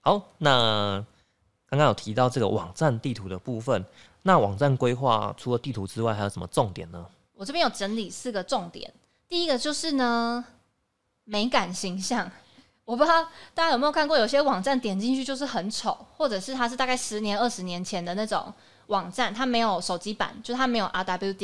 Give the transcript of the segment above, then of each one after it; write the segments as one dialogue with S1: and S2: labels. S1: 好，那刚刚有提到这个网站地图的部分，那网站规划除了地图之外，还有什么重点呢？
S2: 我这边有整理四个重点，第一个就是呢，美感形象。 我不知道大家有没有看过，有些网站点进去就是很丑，或者是它是大概十年、二十年前的那种网站，它没有手机版，就是它没有 RWD，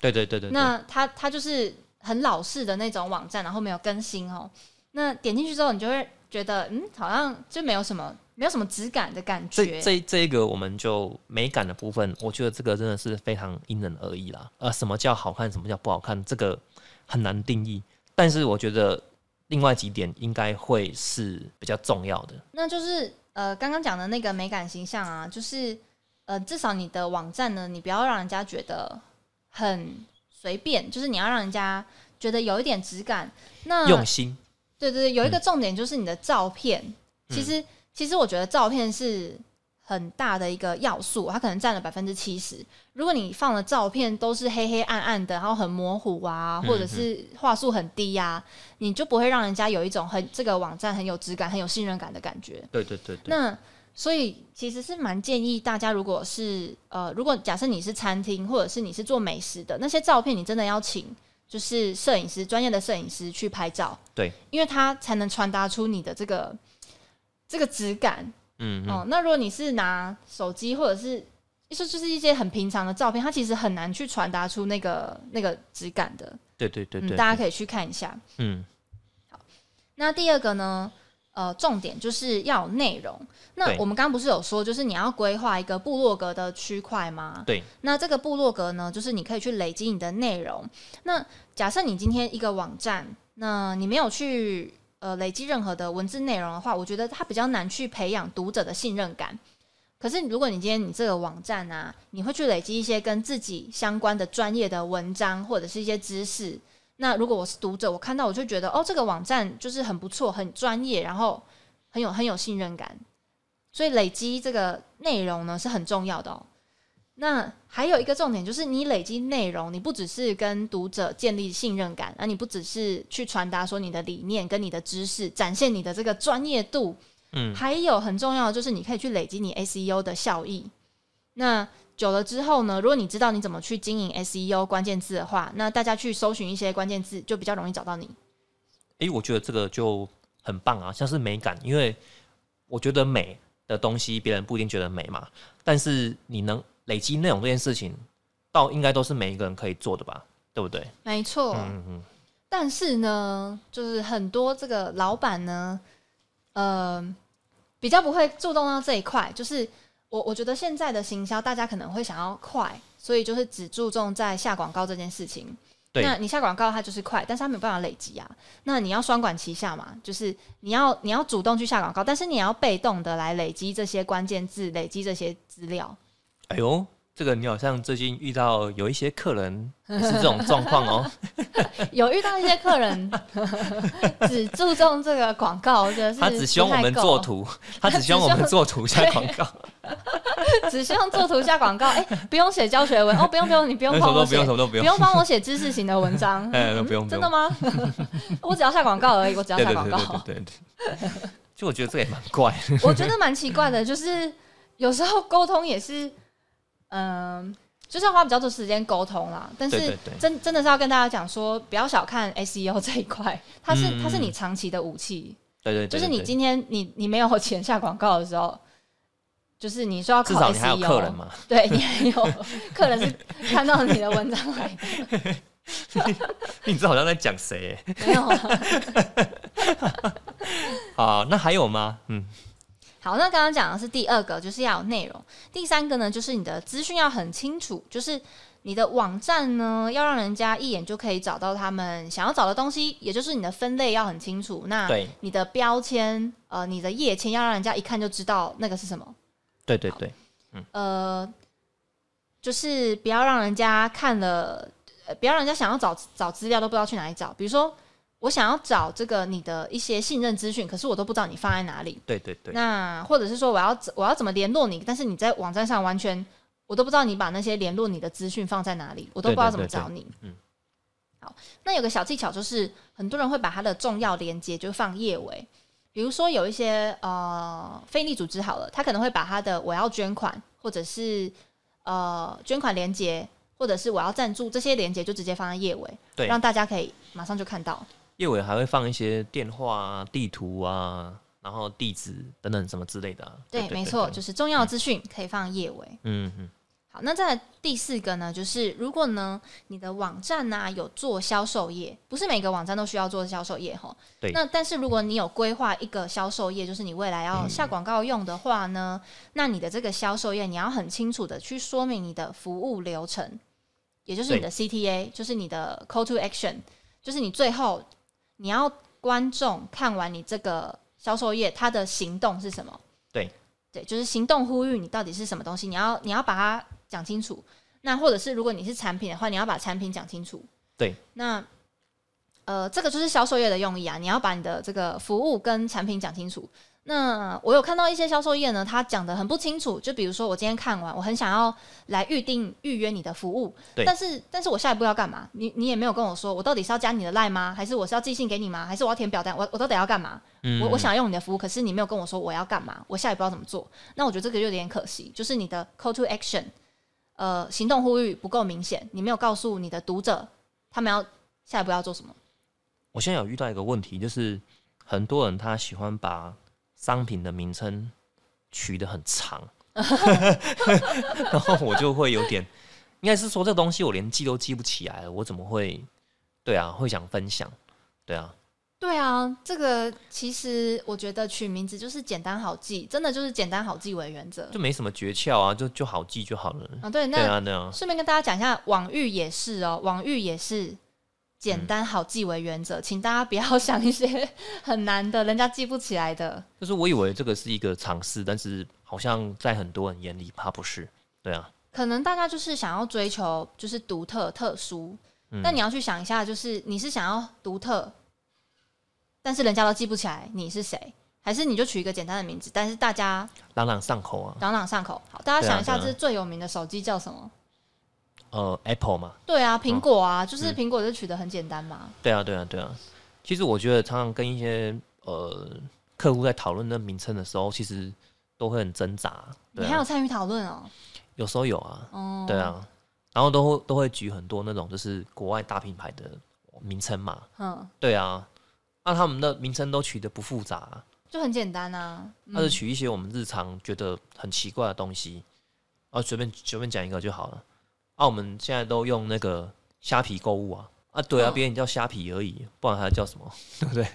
S1: 对对对对对，
S2: 那它它就是很老式的那种网站，然后没有更新哦。那点进去之后，你就会觉得，嗯，好像就没有什么没有什么质感的感
S1: 这
S2: 觉。
S1: 这这一个我们就美感的部分，我觉得这个真的是非常因人而异啦。呃，什么叫好看，什么叫不好看，这个很难定义。但是我觉得另外几点应该会是比较重要的。
S2: 那就是呃，刚刚讲的那个美感形象啊，就是呃，至少你的网站呢，你不要让人家觉得很随便，就是你要让人家觉得有一点质感。那
S1: 用心，嗯
S2: 对对对，有一个重点就是你的照片。其实，其实我觉得照片是很大的一个要素，它可能占了百分之七十。如果你放的照片都是黑黑暗暗的，然后很模糊啊，或者
S1: 嗯
S2: 是画素很低呀、你就不会让人家有一种很这个网站很有质感、很有信任感的感觉。
S1: 对对对对，
S2: 那所以其实是蛮建议大家，如果是呃，如果假设你是餐厅或者是你是做美食的，那些照片你真的要请就是摄影师，专业的摄影师去拍照，
S1: 对，
S2: 因为他才能传达出你的这个这个质感
S1: 嗯嗯，
S2: 哦。那如果你是拿手机或者是就就是一些很平常的照片，它其实很难去传达出那个那个质感的。
S1: 对对对
S2: 嗯，
S1: 对，
S2: 大家可以去看一下。
S1: 嗯，
S2: 那第二个呢，呃，重点就是要有内容。那
S1: 对
S2: 我们刚刚不是有说，就是你要规划一个部落格的区块吗？
S1: 对，
S2: 那这个部落格呢，就是你可以去累积你的内容。那假设你今天一个网站，那你没有去呃累积任何的文字内容的话，我觉得它比较难去培养读者的信任感。可是如果你今天你这个网站啊，你会去累积一些跟自己相关的专业的文章或者是一些知识。那如果我是读者，我看到我就觉得哦，这个网站就是很不错，很专业，然后很有很有信任感。所以累积这个内容呢是很重要的哦。那还有一个重点就是，你累积内容，你不只是跟读者建立信任感，而你不只是去传达说你的理念跟你的知识，展现你的这个专业度。
S1: 嗯
S2: 还有很重要的就是，你可以去累积你 SEO 的效益。那久了之后呢，如果你知道你怎么去经营 SEO 关键字的话，那大家去搜寻一些关键字就比较容易找到你。
S1: 诶，我觉得这个就很棒啊，像是美感，因为我觉得美的东西别人不一定觉得美嘛，但是你能累积内容这件事情，倒应该都是每一个人可以做的吧，对不对？
S2: 没错，
S1: 嗯嗯，
S2: 但是呢，就是很多这个老板呢，呃，比较不会注重到这一块。就是我我觉得现在的行销，大家可能会想要快，所以就是只注重在下广告这件事情。
S1: 对
S2: 那你下广告它就是快，但是它没有办法累积啊。那你要双管齐下嘛，就是你要你要主动去下广告，但是你也要被动的来累积这些关键字，累积这些资 料。
S1: 哎呦，这个你好像最近遇到有一些客人也是这种状况哦，
S2: 有遇到一些客人 只注重这个广告，我觉得是
S1: 他只希望
S2: 不
S1: 我
S2: 太
S1: 们
S2: 够
S1: 做图，他只希望我们做图下广告，
S2: 只希望做图下广告，哎、不用写教学文哦，不用不用，你不
S1: 什
S2: 用
S1: 么
S2: 帮
S1: 都
S2: 我
S1: 不
S2: 写，
S1: 用，什么都不用，
S2: 帮我写知识型的文 章，
S1: 哎，都不用，不
S2: 真
S1: 用
S2: 的，吗？ 我只要下广告而已，我只要
S1: 对
S2: 下
S1: 对
S2: 广
S1: 对
S2: 告。
S1: 对对对对，就我觉得这个也蛮怪的，
S2: 我觉得蛮奇怪的，就是有时候沟通也是，嗯、就是要花比较多时间沟通啦。但是
S1: 对对对
S2: 真真的是要跟大家讲说，不要小看 SEO 这一块，它是、
S1: 嗯
S2: 它是你长期的武器，
S1: 对对，对
S2: 就是
S1: 对
S2: 你
S1: 对
S2: 今天你你没有钱下广告的时候。就是你说要靠
S1: 至少
S2: SEO，
S1: 你还有客人嘛，
S2: 对你还有客人是看到你的文章来，
S1: 你这好像在讲谁欸？
S2: 没有啊？
S1: 好，啊那还有吗？嗯，
S2: 好，那刚刚讲的是第二个，就是要有内容；第三个呢，就是你的资讯要很清楚，就是你的网站呢要让人家一眼就可以找到他们想要找的东西，也就是你的分类要很清楚。那
S1: 对，
S2: 你的标签，呃，你的页签要让人家一看就知道那个是什么。
S1: 对对对，
S2: 呃，就是不要让人家看了，呃不要让人家想要找找资料都不知道去哪里找。比如说，我想要找这个你的一些信任资讯，可是我都不知道你放在哪里。
S1: 对对对，
S2: 那或者是说，我要怎我要怎么联络你？但是你在网站上完全我都不知道你把那些联络你的资讯放在哪里，我都不知道怎么找你。
S1: 对嗯，
S2: 好，那有个小技巧就是，很多人会把它的重要连接就放页尾，比比如说有一些呃非利组织好了，他可能会把他的我要捐款或者是呃捐款连接或者是我要赞助这些连接就直接放在页尾，
S1: 对
S2: 让大家可以马上就看到。
S1: 叶尾还会放一些电话啊、地图啊，然后地址等等什么之类的啊、
S2: 对，没错，
S1: 对
S2: 就是重要资讯可以放页尾。
S1: 嗯嗯，
S2: 好，那再来第四个呢，就是如果呢你的网站呢、啊有做销售页，不是每个网站都需要做销售页哈。
S1: 对
S2: 那但是如果你有规划一个销售页，就是你未来要下广告用的话呢，那你的这个销售页你要很清楚的去说明你的服务流程，也就是你的 CTA，就是你的 Call to Action，就是你最后你要观众看完你这个销售页，他的行动是什么？
S1: 对
S2: 对，就是行动呼吁你到底是什么东西，你要你要把它讲清楚。那或者是如果你是产品的话，你要把产品讲清楚。
S1: 对，
S2: 那呃，这个就是销售业的用意啊，你要把你的这个服务跟产品讲清楚。那我有看到一些销售业呢，他讲的很不清楚。就比如说，我今天看完，我很想要来预定预约你的服务，
S1: 对
S2: 但是但是我下一步要干嘛？你你也没有跟我说，我到底是要加你的 line 吗？还是我是要寄信给你吗？还是我要填表单？我我到底要干嘛？
S1: 嗯
S2: 我我想用你的服务，可是你没有跟我说我要干嘛，我下一步要怎么做？那我觉得这个有点可惜，就是你的 call to action，呃，行动呼吁不够明显，你没有告诉你的读者他们要下一步要做什么。
S1: 我现在有遇到一个问题，就是很多人他喜欢把商品的名称取得很长， 然后我就会有点，应该是说这东西我连记都记不起来了，我怎么会？对啊，会想分享，对啊，
S2: 对啊，这个其实我觉得取名字就是简单好记，真的就是简单好记为原则。
S1: 就没什么诀窍啊，就就好记就好了。
S2: 啊，对，
S1: 对
S2: 那
S1: 啊，对啊，
S2: 顺便跟大家讲一下，网域也是哦，网域也是简单好记为原
S1: 嗯
S2: 则，请大家不要想一些很难的，人家记不起来的。
S1: 就是我以为这个是一个尝试，但是好像在很多人眼里，它不是。对啊，
S2: 可能大家就是想要追求就是独特特殊，
S1: 嗯
S2: 但你要去想一下，就是你是想要独特，但是人家都记不起来你是谁，还是你就取一个简单的名字，但是大家
S1: 朗朗上口啊，
S2: 朗朗上口。好，大家
S1: 对啊
S2: 想一下，
S1: 对啊
S2: 这最有名的手机叫什么？
S1: 呃，Apple 嘛，
S2: 对啊，苹果啊，
S1: 嗯
S2: 就是苹果就取得很简单嘛。
S1: 对啊，对啊，对啊。其实我觉得常常跟一些呃客户在讨论那名称的时候，其实都会很挣扎。对
S2: 你还
S1: 啊
S2: 有，参与讨论哦，
S1: 有时候有啊，
S2: 哦，
S1: 对，啊，然后都会都会举很多那种就是国外大品牌的名称嘛，
S2: 嗯，
S1: 对啊，那他们的名称都取得不复杂、
S2: 就很简单啊。
S1: 它是取一些我们日常觉得很奇怪的东西，啊，随便随便讲一个就好了。啊，我们现在都用那个虾皮购物啊，啊，对啊，
S2: 嗯
S1: 别人叫虾皮而已，不然它叫什么， 对不对？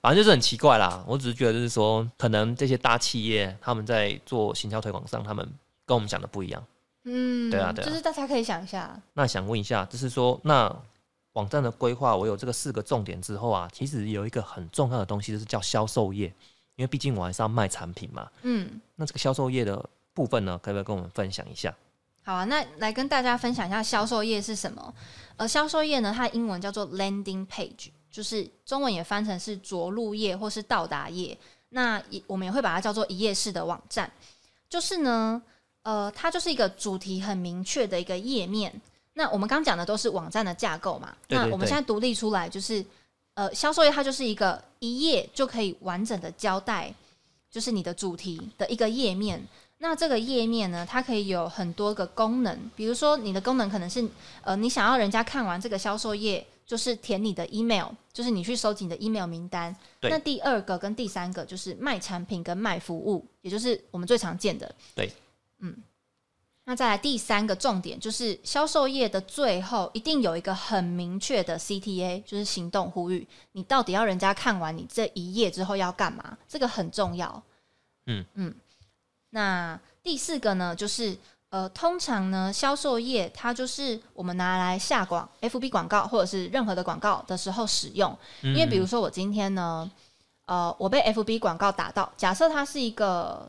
S1: 反正就是很奇怪啦。我只是觉得就是说，可能这些大企业他们在做行销推广上，他们跟我们讲的不一样。
S2: 嗯，
S1: 对啊对啊
S2: 就是大家可以想一下，
S1: 那想问一下，就是说，那网站的规划，我有这个四个重点之后啊，其实有一个很重要的东西，就是叫销售业，因为毕竟我还是要卖产品嘛。
S2: 嗯。
S1: 那这个销售业的部分呢，可不可以跟我们分享一下？
S2: 好啊，那来跟大家分享一下销售页是什么。呃，销售页呢，它的英文叫做 landing page，就是中文也翻成是着陆页或是到达页。那也我们也会把它叫做一页式的网站，就是呢，呃，它就是一个主题很明确的一个页面。那我们刚讲的都是网站的架构嘛，
S1: 对对
S2: 那我们
S1: 对
S2: 现在独立出来就是，呃，销售页它就是一个一页就可以完整的交代，就是你的主题的一个页面。那这个页面呢，它可以有很多个功能，比如说你的功能可能是，呃，你想要人家看完这个销售页，就是填你的 email，就是你去收集你的 email 名单。
S1: 对
S2: 那第二个跟第三个就是卖产品跟卖服务，也就是我们最常见的。
S1: 对，
S2: 嗯。那再来第三个重点就是销售页的最后一定有一个很明确的 CTA，就是行动呼吁，你到底要人家看完你这一页之后要干嘛，这个很重要。
S1: 嗯
S2: 嗯。那第四个呢，就是呃，通常呢，销售业它就是我们拿来下广 FB 广告或者是任何的广告的时候使用，因为
S1: 嗯
S2: 比如说我今天呢，呃，我被 FB 广告打到，假设它是一个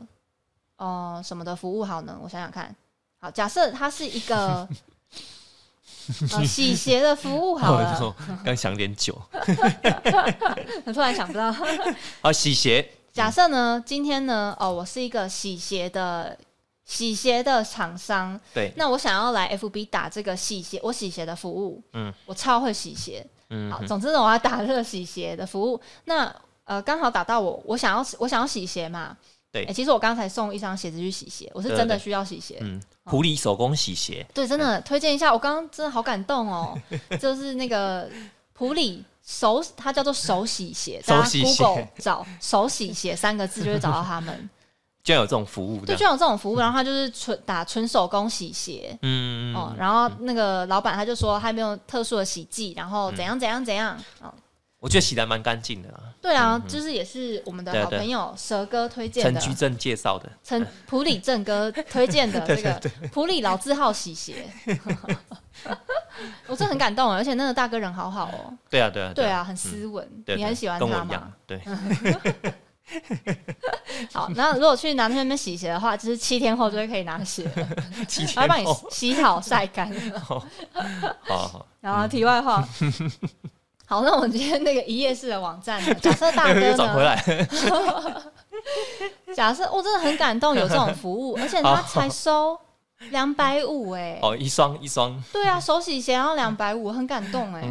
S2: 呃什么的服务好呢？我想想看，好，假设它是一个呃洗鞋的服务好啊了，
S1: 刚想点酒
S2: 我 突然想不到。
S1: 啊，洗鞋，
S2: 假设呢，今天呢，哦，我是一个洗鞋的洗鞋的厂商，
S1: 对，
S2: 那我想要来 FB 打这个洗鞋，我洗鞋的服务，
S1: 嗯，
S2: 我超会洗鞋，
S1: 嗯
S2: 好，
S1: 哼
S2: 总之呢，我要打热洗鞋的服务。那呃，刚好打到我，我想要我想要洗鞋嘛。
S1: 对
S2: 诶其实我刚才送一双鞋子去洗鞋，我是
S1: 对
S2: 真的
S1: 对
S2: 需要洗鞋。
S1: 嗯，普里手工洗鞋，
S2: 对，真的推荐一下，我刚刚真的好感动哦， 就是那个普里手，它叫做手洗鞋，大
S3: 手
S2: 家
S3: 洗鞋
S2: Google 找“手洗鞋”三个字就会找到 他们。
S1: 居然有这种服务，这
S2: 对，
S1: 样
S2: 就有这种服务，然后它就是纯打纯手工洗鞋。
S1: 嗯，
S2: 哦，然后那个老板他就说他没有特殊的洗剂，然后怎样怎样怎样。哦，
S1: 我觉得洗的蛮干净的啦。
S2: 对啊，就是也是我们的
S1: 对
S2: 好
S1: 对
S2: 朋友蛇哥推
S1: 嗯
S2: 荐
S1: 陈
S2: 的，
S1: 居正介绍的，
S2: 陈普里正哥推荐 的这个普里老字号洗鞋， 我真的很感动，而且那个大哥人好好哦。
S1: 对啊，对啊，
S2: 对
S1: 啊，
S2: 啊，很斯文，
S1: 对，
S2: 你
S1: 对
S2: 很喜欢
S1: 跟我
S2: 他
S1: 一
S2: 吗
S1: 样？， 对，
S2: 好，那如果去男生那边洗鞋的话，就是七天后就会可以拿鞋了，
S1: 七
S2: 他会帮
S1: 天
S2: 你
S1: 后，
S2: 洗好晒干。
S1: 好好，
S2: 然后题外话， 好，那我们今天那个一页式的网站 呢，假设大
S1: 又
S2: 哥
S1: 转回
S2: 呢，
S1: 来，
S2: 假设我真的很感动有这种 服务，而且他才收两百五哎，
S1: 哦，一双一双，
S2: 对啊，手洗鞋然后两百五，很感动哎，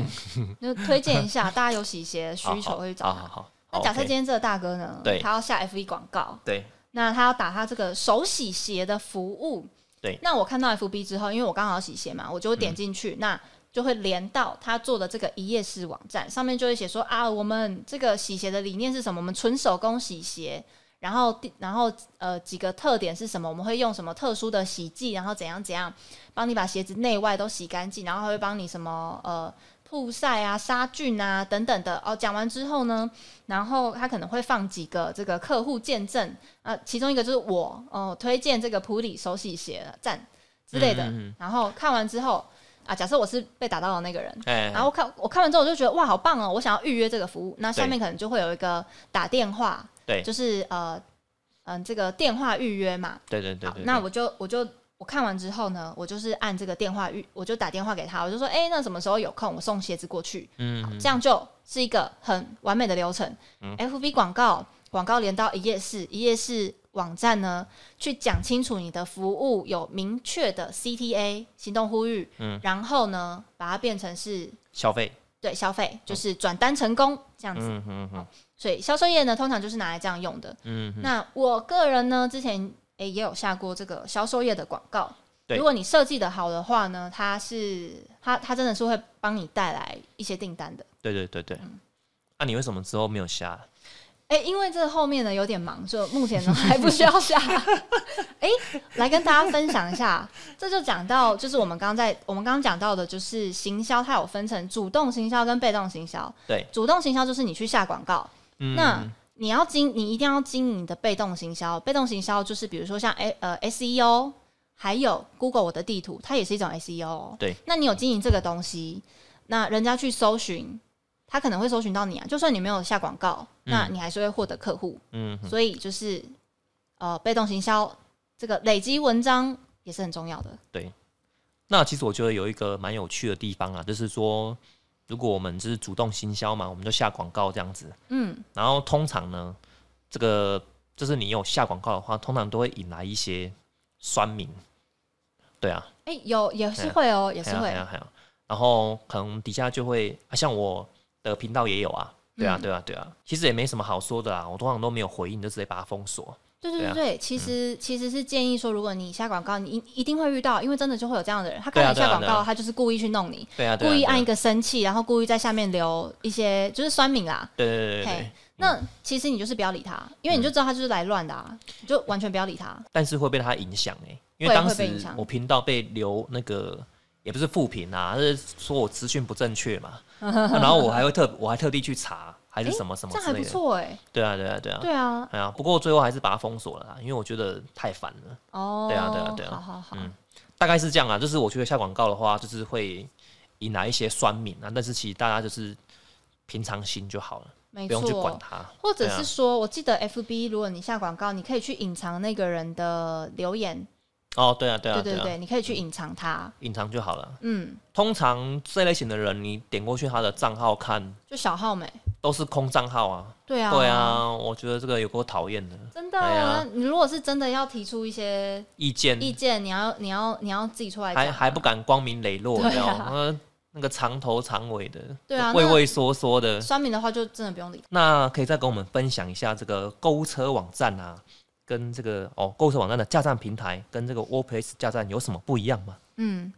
S2: 就推荐 一下，大家有洗鞋的
S1: 嗯
S2: 需
S1: 好
S2: 求
S1: 好
S2: 会去找
S1: 好好
S2: 他。
S1: 好。
S2: 那
S1: 好
S2: 假设
S1: OK
S2: 今天这个大哥呢
S1: 对，
S2: 他要下 F 一广告，
S1: 对
S2: 那他要打他这个手洗鞋的服务。
S1: 对嗯
S2: 那我看到 FB 之后，因为我刚好要洗鞋嘛，我就会点进去，那就会连到他做的这个一页式网站，上面就会写说啊，我们这个洗鞋的理念是什么？我们纯手工洗鞋，然后第然后呃几个特点是什么？我们会用什么特殊的洗剂，然后怎样怎样，帮你把鞋子内外都洗干净，然后还会帮你什么呃。曝晒啊、杀菌啊等等的哦，讲完之后呢，然后他可能会放几个这个客户见证，呃，其中一个就是我哦，推荐这个普里手洗鞋赞之类的。
S1: 嗯嗯嗯
S2: 然后看完之后啊，假设我是被打到的那个人，
S1: 哎，
S2: 然后看我看完之后我就觉得哇，好棒哦，我想要预约这个服务。那下
S1: 对
S2: 面可能就会有一个打电话，
S1: 对
S2: 就是呃嗯、这个电话预约嘛。
S1: 对对对
S2: 好
S1: 对，，
S2: 那
S1: 对
S2: 我就我就我看完之后呢，我就是按这个电话预，我就打电话给他，我就说，哎、那什么时候有空，我送鞋子过去。好
S1: 嗯，
S2: 这样就是一个很完美的流程。FB 广告广告连到一页式，一页式网站呢，去讲清楚你的服务有明确的 CTA 行动呼吁，
S1: 嗯
S2: 然后呢，把它变成是
S1: 消费，
S2: 对消费，就是转单成功这样子。
S1: 嗯嗯嗯
S2: 所以销售业呢，通常就是拿来这样用的。
S1: 嗯嗯，
S2: 那我个人呢，之前诶也有下过这个销售业的广告。
S1: 对
S2: 如果你设计的好的话呢，它是它它真的是会帮你带来一些订单的。
S1: 对对对对。
S2: 嗯
S1: 那你为什么之后没有下？
S2: 哎、因为这后面呢有点忙，所以 目前呢还不需要下。 哎、来跟大家分享一下，这就讲到就是我们刚刚在我们刚刚讲到的，就是行销它有分成主动行销跟被动行销。
S1: 对，
S2: 主动行销就是你去下广告，
S1: 嗯
S2: 那你要经你一定要经营你的被动行销。被动行销就是比如说像 A 呃 SEO，还有 Google 我的地图，它也是一种 SEO 哦。
S1: 对
S2: 那你有经营这个东西，那人家去搜寻，他可能会搜寻到你啊。就算你没有下广告，那你还是会获得客户。
S1: 嗯嗯
S2: 所以就是呃，被动行销这个累积文章也是很重要的。
S1: 那其实我觉得有一个蛮有趣的地方啊，就是说，如果我们就是主动行销嘛，我们就下广告这样子。
S2: 嗯，
S1: 然后通常呢，这个就是你有下广告的话，通常都会引来一些酸民。对啊，
S2: 哎、有也是
S1: 对啊
S2: 会哦，也
S1: 也
S2: 是会。
S1: 还有还有，然后可能底下就会，啊像我的频道也有啊，对啊，
S2: 嗯
S1: 对啊，对啊，其实也没什么好说的啊，我通常都没有回应，就直接把它封锁。
S2: 对对
S1: 对
S2: 对
S1: 啊
S2: 对，其实、其实是建议说，如果你下广告，你一一定会遇到，因为真的就会有这样的人，他
S1: 对
S2: 看
S1: 啊
S2: 你下
S1: 对啊
S2: 广
S1: 对
S2: 告，
S1: 啊
S2: 他就是故意去弄你，
S1: 对啊，对啊
S2: 故意按一，
S1: 对啊
S2: 个生气，然后故意在下面留一些就是酸敏啦。
S1: 对对对对
S2: 嘿
S1: 对，
S2: 那其实你就是不要理他，因
S1: 嗯
S2: 为你就知道他就是来乱的啊，你就完全不要理他。
S1: 但是会被它影响哎、因
S2: 会
S1: 为当
S2: 会被
S1: 时
S2: 影响
S1: 我频道被留那个也不是负评啊，而是说我资讯不正确 嘛，然后我还会特我还特地去查还是什么什么
S2: 这
S1: 之
S2: 样还不
S1: 类的，
S2: 错哎，
S1: 对啊对啊对啊，
S2: 对啊，
S1: 哎呀，不过最后还是把它封锁了啦，因为我觉得太烦了。
S2: 哦，
S1: 对啊对啊对啊
S2: 好好好，
S1: 嗯大概是这样啊，就是我觉得下广告的话，就是会引来一些酸民啊，但是其实大家就是平常心就好了，
S2: 没
S1: 不用去管
S2: 错。
S1: 它。
S2: 或者
S1: 对啊
S2: 是说，我记得 FB，如果你下广告，你可以去隐藏那个人的留言，
S1: 哦，对啊，对啊，
S2: 对对
S1: 啊，
S2: 对，你可以去隐藏他，
S1: 隐藏就好了。
S2: 嗯，
S1: 通常这类型的人，你点过去他的账号看，
S2: 就小号没，
S1: 都是空账号啊。
S2: 对啊，
S1: 对啊，我觉得这个有够讨厌的
S2: 真的、
S1: 哎呀嗯
S2: 那你如果是真的要提出一些
S1: 意见，哎
S2: 意见，你要你要你要自己出来讲、
S1: 还还不。敢光明磊落，
S2: 对啊
S1: 你知道吗？那个长头长尾的，
S2: 对啊
S1: 畏
S2: 那
S1: 畏缩缩的，
S2: 酸民的话就真的不用理。
S1: 那可以再跟我们分享一下这个购物车网站啊，跟这个哦购物车网站的架站平台跟这个 WordPress 架站有什么不一样吗？
S2: 嗯，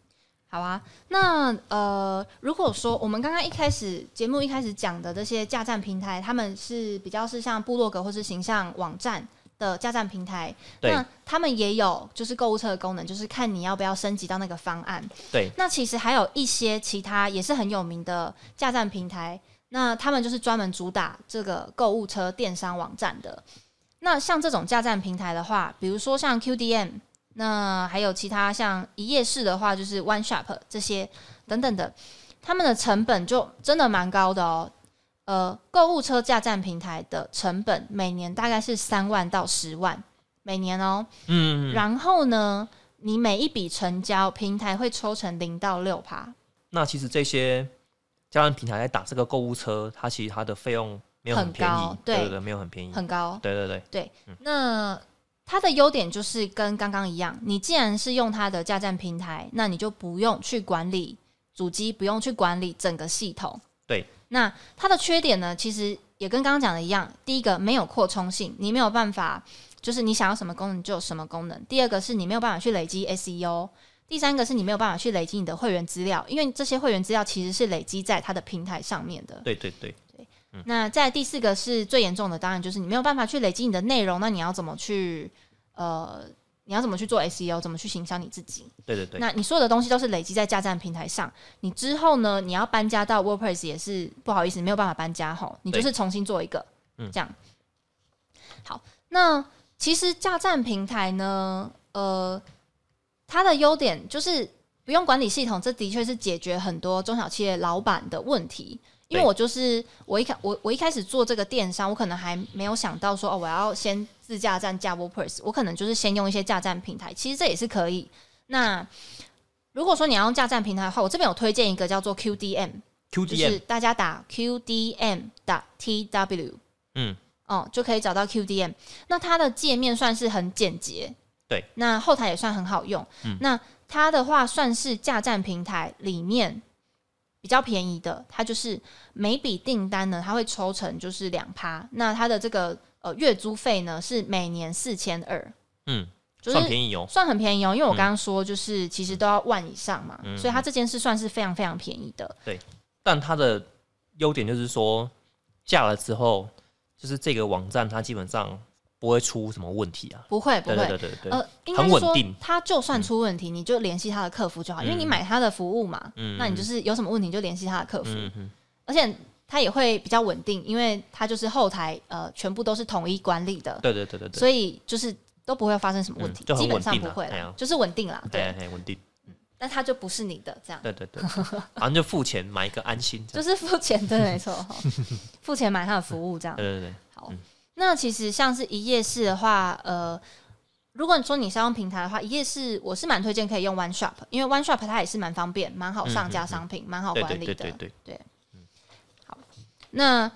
S2: 好啊。那呃，如果说我们刚刚一开始节目一开始讲的这些架站平台，他们是比较是像部落格或是形象网站的架站平台，
S1: 对
S2: 那他们也有就是购物车的功能，就是看你要不要升级到那个方案。
S1: 对，
S2: 那其实还有一些其他也是很有名的架站平台，那他们就是专门主打这个购物车电商网站的。那像这种架站平台的话，比如说像 QDM，那还有其他像一页式的话，就是 One Shop 这些等等的，他们的成本就真的蛮高的哦。呃，购物车架站平台的成本每年大概是三万到十万，每年哦。
S1: 嗯，
S2: 然后呢，你每一笔成交，平台会抽成零到六趴，
S1: 那其实这些架站平台在打这个购物车，它其实它的费用没有
S2: 很
S1: 便宜
S2: 高，
S1: 对
S2: 对
S1: 对，没有很便宜，
S2: 很高。
S1: 对对对，
S2: 嗯那它的优点就是跟刚刚一样，你既然是用它的架站平台，那你就不用去管理主机，不用去管理整个系统。
S1: 对。
S2: 那它的缺点呢，其实也跟刚刚讲的一样，第一个没有扩充性，你没有办法，就是你想要什么功能就有什么功能；第二个是你没有办法去累积 SEO。第三个是你没有办法去累积你的会员资料，因为这些会员资料其实是累积在它的平台上面的。
S1: 对对对，
S2: 那在第四个是最严重的，当然就是你没有办法去累积你的内容，那你要怎么去呃，你要怎么去做 SEO，怎么去行销你自己？
S1: 对对对，
S2: 那你所有的东西都是累积在架站平台上，你之后呢，你要搬家到 WordPress 也是不好意思，没有办法搬家吼，你就是重新做一个，
S1: 嗯
S2: 这样。好，那其实架站平台呢，呃，它的优点就是不用管理系统，这的确是解决很多中小企业老板的问题。因为
S1: 对
S2: 我就是我一开我我一开始做这个电商，我可能还没有想到说哦，我要先自架站架 WordPress，我可能就是先用一些架站平台，其实这也是可以。那如果说你要用架站平台的话，我这边有推荐一个叫做 QDM，就
S1: QDM，、
S2: 是大家打 QDM 打 TW，
S1: 嗯，
S2: 哦，就可以找到 QDM。那它的界面算是很简洁，
S1: 对，
S2: 那后台也算很好用。
S1: 嗯
S2: 那它的话算是架站平台里面比较便宜的，它就是每笔订单呢，它会抽成就是两趴。那它的这个呃月租费呢是每年四千二，
S1: 嗯，
S2: 就是
S1: 算便宜哦，
S2: 算很便宜哦，因为我刚刚说就是其实都要万以上嘛，
S1: 嗯
S2: 所以它这件事算是非常非常便宜的。
S1: 但它的优点就是说架了之后，就是这个网站它基本上不会出什么问题啊，
S2: 不会不
S1: 对
S2: 会，
S1: 对对对对，
S2: 呃，应该
S1: 很
S2: 是
S1: 稳
S2: 说
S1: 定
S2: 他就算出问题，你就联系他的客服就好，因为你
S1: 嗯
S2: 买他的服务嘛，
S1: 嗯
S2: 那你就是有什么问题你就联系他的客服，
S1: 嗯嗯，
S2: 而且他也会比较稳定，因为他就是后台呃全部都是统一管理的，
S1: 对对对对对，
S2: 所以就是都不会发生什么问题
S1: 嗯，就很
S2: 基
S1: 稳
S2: 本
S1: 定
S2: 上
S1: 啊
S2: 不会
S1: 哎
S2: 啦
S1: 呀，
S2: 就是稳定啦，
S1: 哎
S2: 对，
S1: 哎稳定，
S2: 但他就不是你的这样。
S1: 对对 对，反正就付钱买一个安心，这
S2: 就
S1: 样
S2: 是付钱，对，没 错，哈付钱买他的服务这样。
S1: 对对对，
S2: 好
S1: 嗯，
S2: 那其实像是一页式的话，呃，如果你说你是要用平台的话，一页式我是蛮推荐可以用 One Shop，因为 One Shop 它也是蛮方便、蛮好上架商品、蛮、好
S1: 对
S2: 管
S1: 对
S2: 理的。
S1: 对对对
S2: 那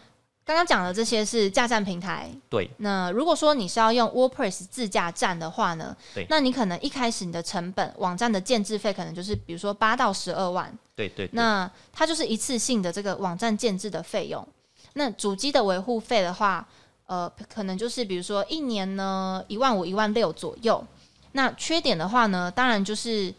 S2: 刚刚讲的这些是架站平台。
S1: 对，
S2: 那如果说你是要用 WordPress 自架站的话呢
S1: 对，
S2: 那你可能一开始你的成本，网站的建制费可能就是比如说八到十二万，
S1: 对对，对
S2: 那它就是一次性的这个网站建制的费用。那主机的维护费的话，呃，可能就是比如说一年呢一万五、一万六左右。那缺点的话呢，当然就是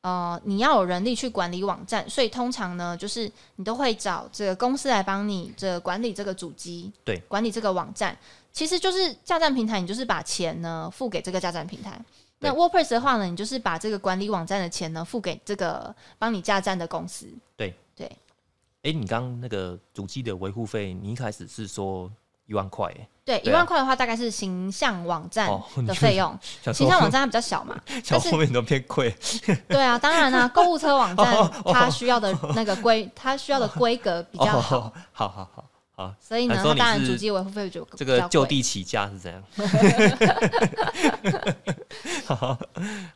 S2: 呃你要有人力去管理网站，所以通常呢就是你都会找这个公司来帮你这个管理这个主机，
S1: 对，
S2: 管理这个网站。其实就是架站平台，你就是把钱呢付给这个架站平台。那 WordPress 的话呢，你就是把这个管理网站的钱呢付给这个帮你架站的公司。
S1: 哎，你刚刚那个主机的维护费，你一开始是说一万块，哎
S2: 对，一
S1: 对啊
S2: 万块的话大概是形象网站
S1: 哦你
S2: 的
S1: 就
S2: 费用，
S1: 想
S2: 形
S1: 说
S2: 象网站它比较小 嘛。
S1: 想
S2: 但是
S1: 后面都变贵，
S2: 对啊，当然啦、购物车网 站
S1: 哦哦
S2: 它需要的那个规，它需要的规格比
S1: 哦，
S2: 较
S1: 好
S2: 好，
S1: 好好好好，
S2: 所以呢，
S1: 还
S2: 它
S1: 说
S2: 当
S1: 你
S2: 然
S1: 是
S2: 主机维护费就
S1: 这
S2: 比
S1: 个
S2: 较
S1: 就
S2: 贵
S1: 地起价是怎 样？ 好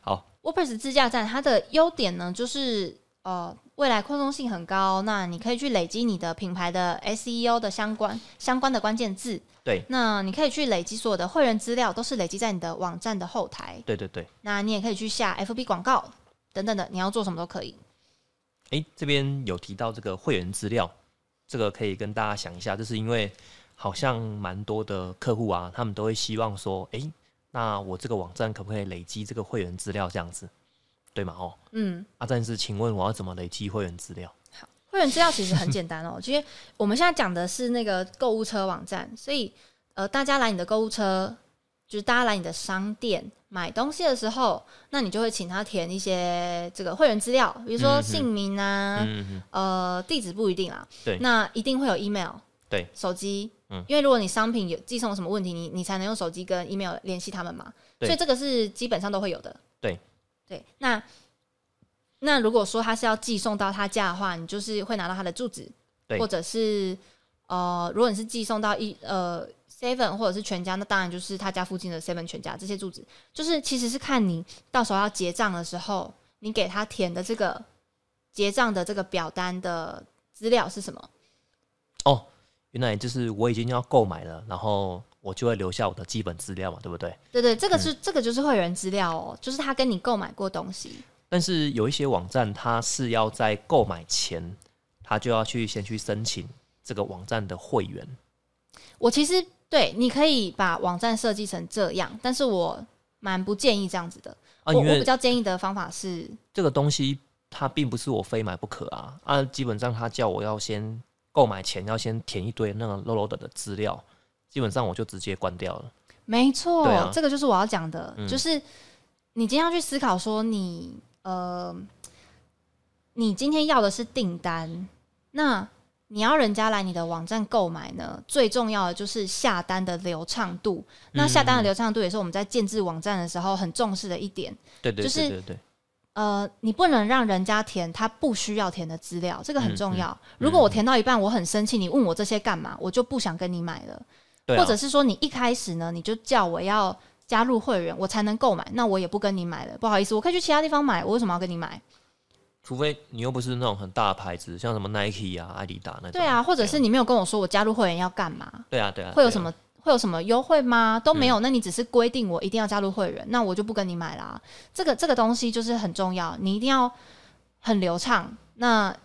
S1: 好，
S2: WordPress 自架站它的优点呢，就是呃未来扩充性很高，那你可以去累积你的品牌的 SEO 的相关相关的关键字。
S1: 对，
S2: 那你可以去累积所有的会员资料，都是累积在你的网站的后台。
S1: 对对对，
S2: 那你也可以去下 FB 广告等等的，你要做什么都可以。
S1: 哎、诶，这边有提到这个会员资料，这个可以跟大家想一下，就是因为好像蛮多的客户啊，他们都会希望说，诶，那我这个网站可不可以累积这个会员资料这样子，对吗？哦，
S2: 嗯，
S1: 啊，但是请问我要怎么累积会员资料？
S2: 会员资料其实很简单哦，因为我们现在讲的是那个购物车网站，所以呃，大家来你的购物车，就是大家来你的商店买东西的时候，那你就会请他填一些这个会员资料，比如说
S1: 嗯哼
S2: 姓名啊，
S1: 嗯嗯
S2: 呃，地址不一定啦，
S1: 对
S2: 那一定会有 email，
S1: 对，
S2: 手机，
S1: 嗯
S2: 因为如果你商品有寄送有什么问题，你你才能用手机跟 email 联系他们嘛，
S1: 对
S2: 所以这个是基本上都会有的，
S1: 对，
S2: 对，那那如果说他是要寄送到他家的话，你就是会拿到他的住址，
S1: 对
S2: 或者是呃，如果你是寄送到一呃 seven 或者是全家，那当然就是他家附近的 seven 全家这些住址，就是其实是看你到时候要结账的时候，你给他填的这个结账的这个表单的资料是什么。
S1: 哦，原来就是我已经要购买了，然后我就会留下我的基本资料嘛，对不对？
S2: 对对，这个是、这个就是会员资料哦，就是他跟你购买过东西。
S1: 但是有一些网站，它是要在购买前，它就要去先去申请这个网站的会员。
S2: 我其实对，你可以把网站设计成这样，但是我蛮不建议这样子的。
S1: 啊，
S2: 我
S1: 因
S2: 我比
S1: 为
S2: 较建议的方法是，
S1: 这个东西它并不是我非买不可啊啊，基本上他叫我要先购买前要先填一堆那个 low low 的的资料，基本上我就直接关掉了。
S2: 没错，
S1: 对啊
S2: 这个就是我要讲的，
S1: 嗯
S2: 就是你今天要去思考说你呃，你今天要的是订单，那你要人家来你的网站购买呢，最重要的就是下单的流畅度。
S1: 嗯
S2: 那下单的流畅度也是我们在建制网站的时候很重视的一点。
S1: 对对对
S2: 就
S1: 对
S2: 是
S1: 对对，
S2: 呃，你不能让人家填他不需要填的资料，这个
S1: 嗯
S2: 很重要。如果我填到一半，我很生气，你问我这些干嘛，我就不想跟你买了。
S1: 对啊
S2: 或者是说你一开始呢，你就叫我要加入会员，我才能购买，那我也不跟你买了，不好意思，我可以去其他地方买，我为什么要跟你买？
S1: 除非你又不是那种很大的牌子，像什么 Nike 啊、阿迪达那种。
S2: 对啊，或者
S1: 对
S2: 是你没有跟我说我加入会员要干嘛，
S1: 对啊对啊，
S2: 会有
S1: 对啊嗯
S2: 什？么会有什么优惠吗？都没有，那你只是规定我一定要加入会员，那我就不跟你买啦。这个这个东西就是很重要，你一定要很流畅，那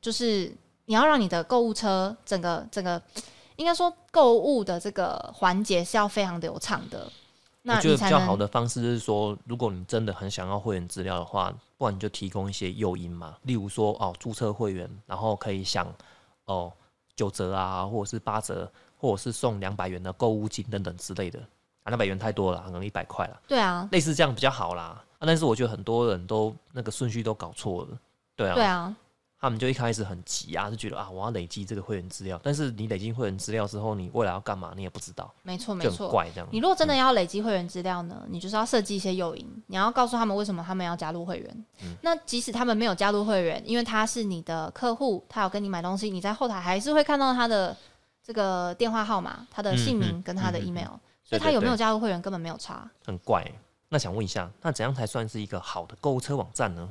S2: 就是你要让你的购物车整个整个。应该说，购物的这个环节是要非常流畅的，那
S1: 我觉
S2: 你
S1: 得
S2: 才
S1: 比较
S2: 能
S1: 好的方式就是说，如果你真的很想要会员资料的话，不然你就提供一些诱因嘛，例如说哦，注册会员，然后可以享哦九折啊，或者是八折，或者是送两百元的购物金等等之类的。啊，两百元太多了，可能一百块了，
S2: 对啊，
S1: 类似这样比较好啦。啊，但是我觉得很多人都那个顺序都搞错了，对啊，
S2: 对啊，
S1: 他们就一开始很急啊，就觉得啊，我要累积这个会员资料，但是你累积会员资料之后，你未来要干嘛你也不知道，
S2: 没错没
S1: 就很
S2: 错。
S1: 怪这嗯样。
S2: 你如果真的要累积会员资料呢，你就是要设计一些诱因，你要告诉他们为什么他们要加入会员。
S1: 嗯
S2: 那即使他们没有加入会员，因为他是你的客户，他有跟你买东西，你在后台还是会看到他的这个电话号码、他的姓
S1: 嗯
S2: 名
S1: 嗯
S2: 跟他的
S1: 嗯嗯
S2: email，、
S1: 对
S2: 所以他有没
S1: 对
S2: 有加入会员根本没有差。
S1: 很怪欸。那想问一下，那怎样才算是一个好的购物车网站呢？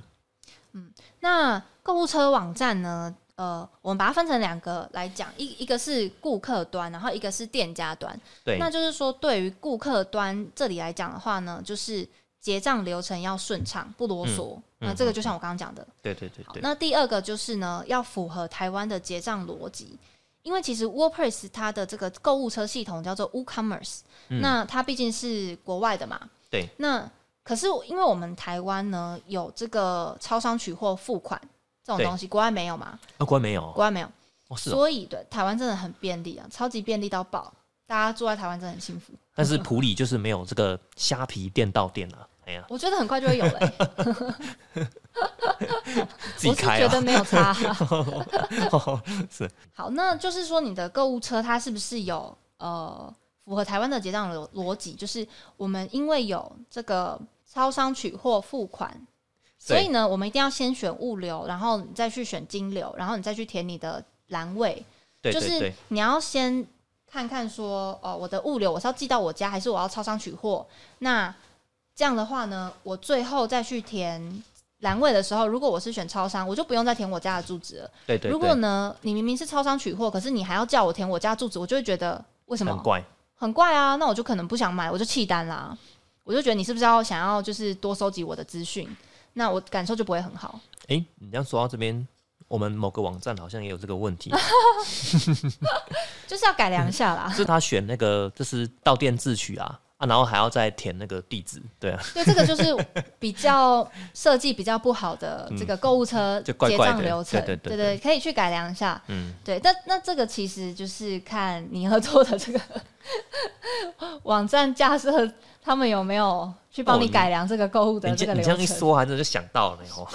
S2: 那购物车网站呢？呃，我们把它分成两个来讲，一一个是顾客端，然后一个是店家端。
S1: 对，
S2: 那就是说，对于顾客端这里来讲的话呢，就是结账流程要顺畅，不啰嗦。
S1: 嗯
S2: 那这个就像我刚刚讲的，
S1: 对对对
S2: 好
S1: 对，
S2: 那第二个就是呢，要符合台湾的结账逻辑。因为其实 WordPress 它的这个购物车系统叫做 WooCommerce，、
S1: 嗯
S2: 那它毕竟是国外的嘛。
S1: 对。
S2: 那可是因为我们台湾呢有这个超商取货付款这种
S1: 对
S2: 东西，国外没有嘛？
S1: 那关没有哦
S2: 国外没有，
S1: 哦，是哦。
S2: 所以对台湾真的很便利啊，超级便利到爆，大家住在台湾真的很幸福。
S1: 但是普里就是没有这个虾皮店到店啊。哎呀，
S2: 我觉得很快就会有了欸、
S1: 自己
S2: 我是
S1: 开
S2: 觉得
S1: 啊。
S2: 没有差、
S1: 是，
S2: 好，那就是说你的购物车它是不是有呃符合台湾的结账逻逻辑？就是我们因为有这个超商取货付款，所以
S1: 对
S2: 呢，我们一定要先选物流，然后你再去选金流，然后你再去填你的栏位，
S1: 对
S2: 就
S1: 对
S2: 是
S1: 对，
S2: 你要先看看说，哦，我的物流我是要寄到我家，还是我要超商取货？那这样的话呢，我最后再去填栏位的时候，如果我是选超商，我就不用再填我家的住址了。
S1: 对对
S2: 如果
S1: 对，
S2: 呢，你明明是超商取货，可是你还要叫我填我家住址，我就会觉得为什么
S1: 很怪。
S2: 很怪啊？那我就可能不想买，我就弃单啦。我就觉得你是不是要想要就是多收集我的资讯？那我感受就不会很好。
S1: 哎，你这样说到这边，我们某个网站好像也有这个问题，
S2: 就是要改良一下啦。
S1: 就是他选那个就是到店自取啊啊，然后还要再填那个地址，对啊，
S2: 对，这个就是比较设计比较不好的这个购物车
S1: 嗯就怪
S2: 结
S1: 怪的
S2: 账流程，
S1: 对对对
S2: 对，可以去改良一下。
S1: 嗯，
S2: 对，但那这个其实就是看你合作的这个 网站架设，他们有没有去帮
S1: 哦
S2: 你
S1: 你
S2: 改良这个购物的
S1: 你
S2: 啊这
S1: 这
S2: 个
S1: 你
S2: 流
S1: 这样一
S2: 程。
S1: 说，还真的就想到了呢哦，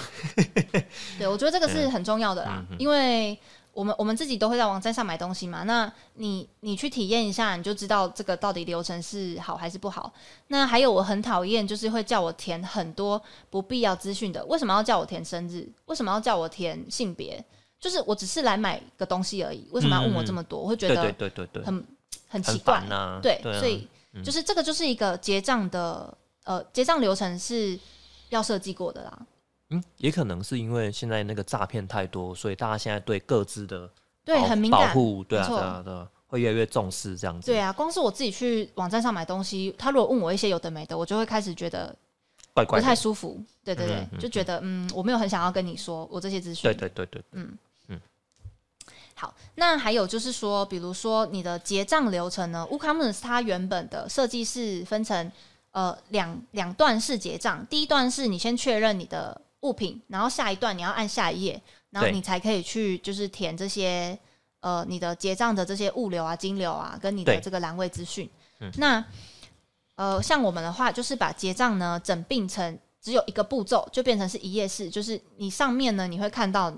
S2: 对，我觉得这个是
S1: 嗯
S2: 很重要的啦，因为我们我们自己都会在网站上买东西嘛，那你你去体验一下，你就知道这个到底流程是好还是不好。那还有我很讨厌就是会叫我填很多不必要资讯的，为什么要叫我填生日？为什么要叫我填性别？就是我只是来买个东西而已，为什么要问我这么多？我会觉
S1: 嗯对
S2: 得
S1: 对对对对，
S2: 很很奇
S1: 很
S2: 怪
S1: 烦。呐、
S2: 对，
S1: 啊
S2: 所以就是这个就是一个结账的呃结账流程是要设计过的啦。
S1: 嗯，也可能是因为现在那个诈骗太多，所以大家现在对各自的
S2: 对，
S1: 保
S2: 很敏
S1: 保
S2: 感。
S1: 护，对啊
S2: 没错
S1: 对啊对啊，会越来越重视这样子，
S2: 对啊，光是我自己去网站上买东西，他如果问我一些有的没的，我就会开始觉得
S1: 怪
S2: 不
S1: 怪的
S2: 太，舒服。对对对
S1: 嗯，嗯
S2: 就觉得嗯，我没有很想要跟你说我这些资讯。
S1: 对对对对，
S2: 好，那还有就是说，比如说你的结账流程呢 w o o c o m m e r c e 它原本的设计是分成呃两两段式结账，第一段是你先确认你的物品，然后下一段你要按下一页，然后
S1: 对
S2: 你才可以去就是填这些呃你的结账的这些物流啊、金流啊，跟你的
S1: 对嗯
S2: 这个栏位资讯。那呃，像我们的话，就是把结账呢整并成只有一个步骤，就变成是一页式，就是你上面呢你会看到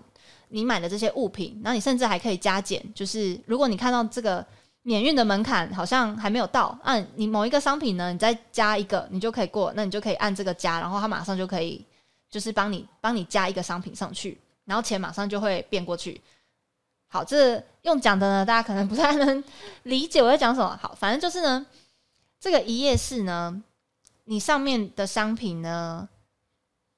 S2: 你买的这些物品，然后你甚至还可以加减，就是如果你看到这个免运的门槛好像还没有到，按你某一个商品呢，你再加一个，你就可以过，那你就可以按这个加，然后它马上就可以就是帮你帮你加一个商品上去，然后钱马上就会变过去。好，这用讲的呢，大家可能不太能理解我在讲什么。好，反正就是呢，这个一页式呢，你上面的商品呢，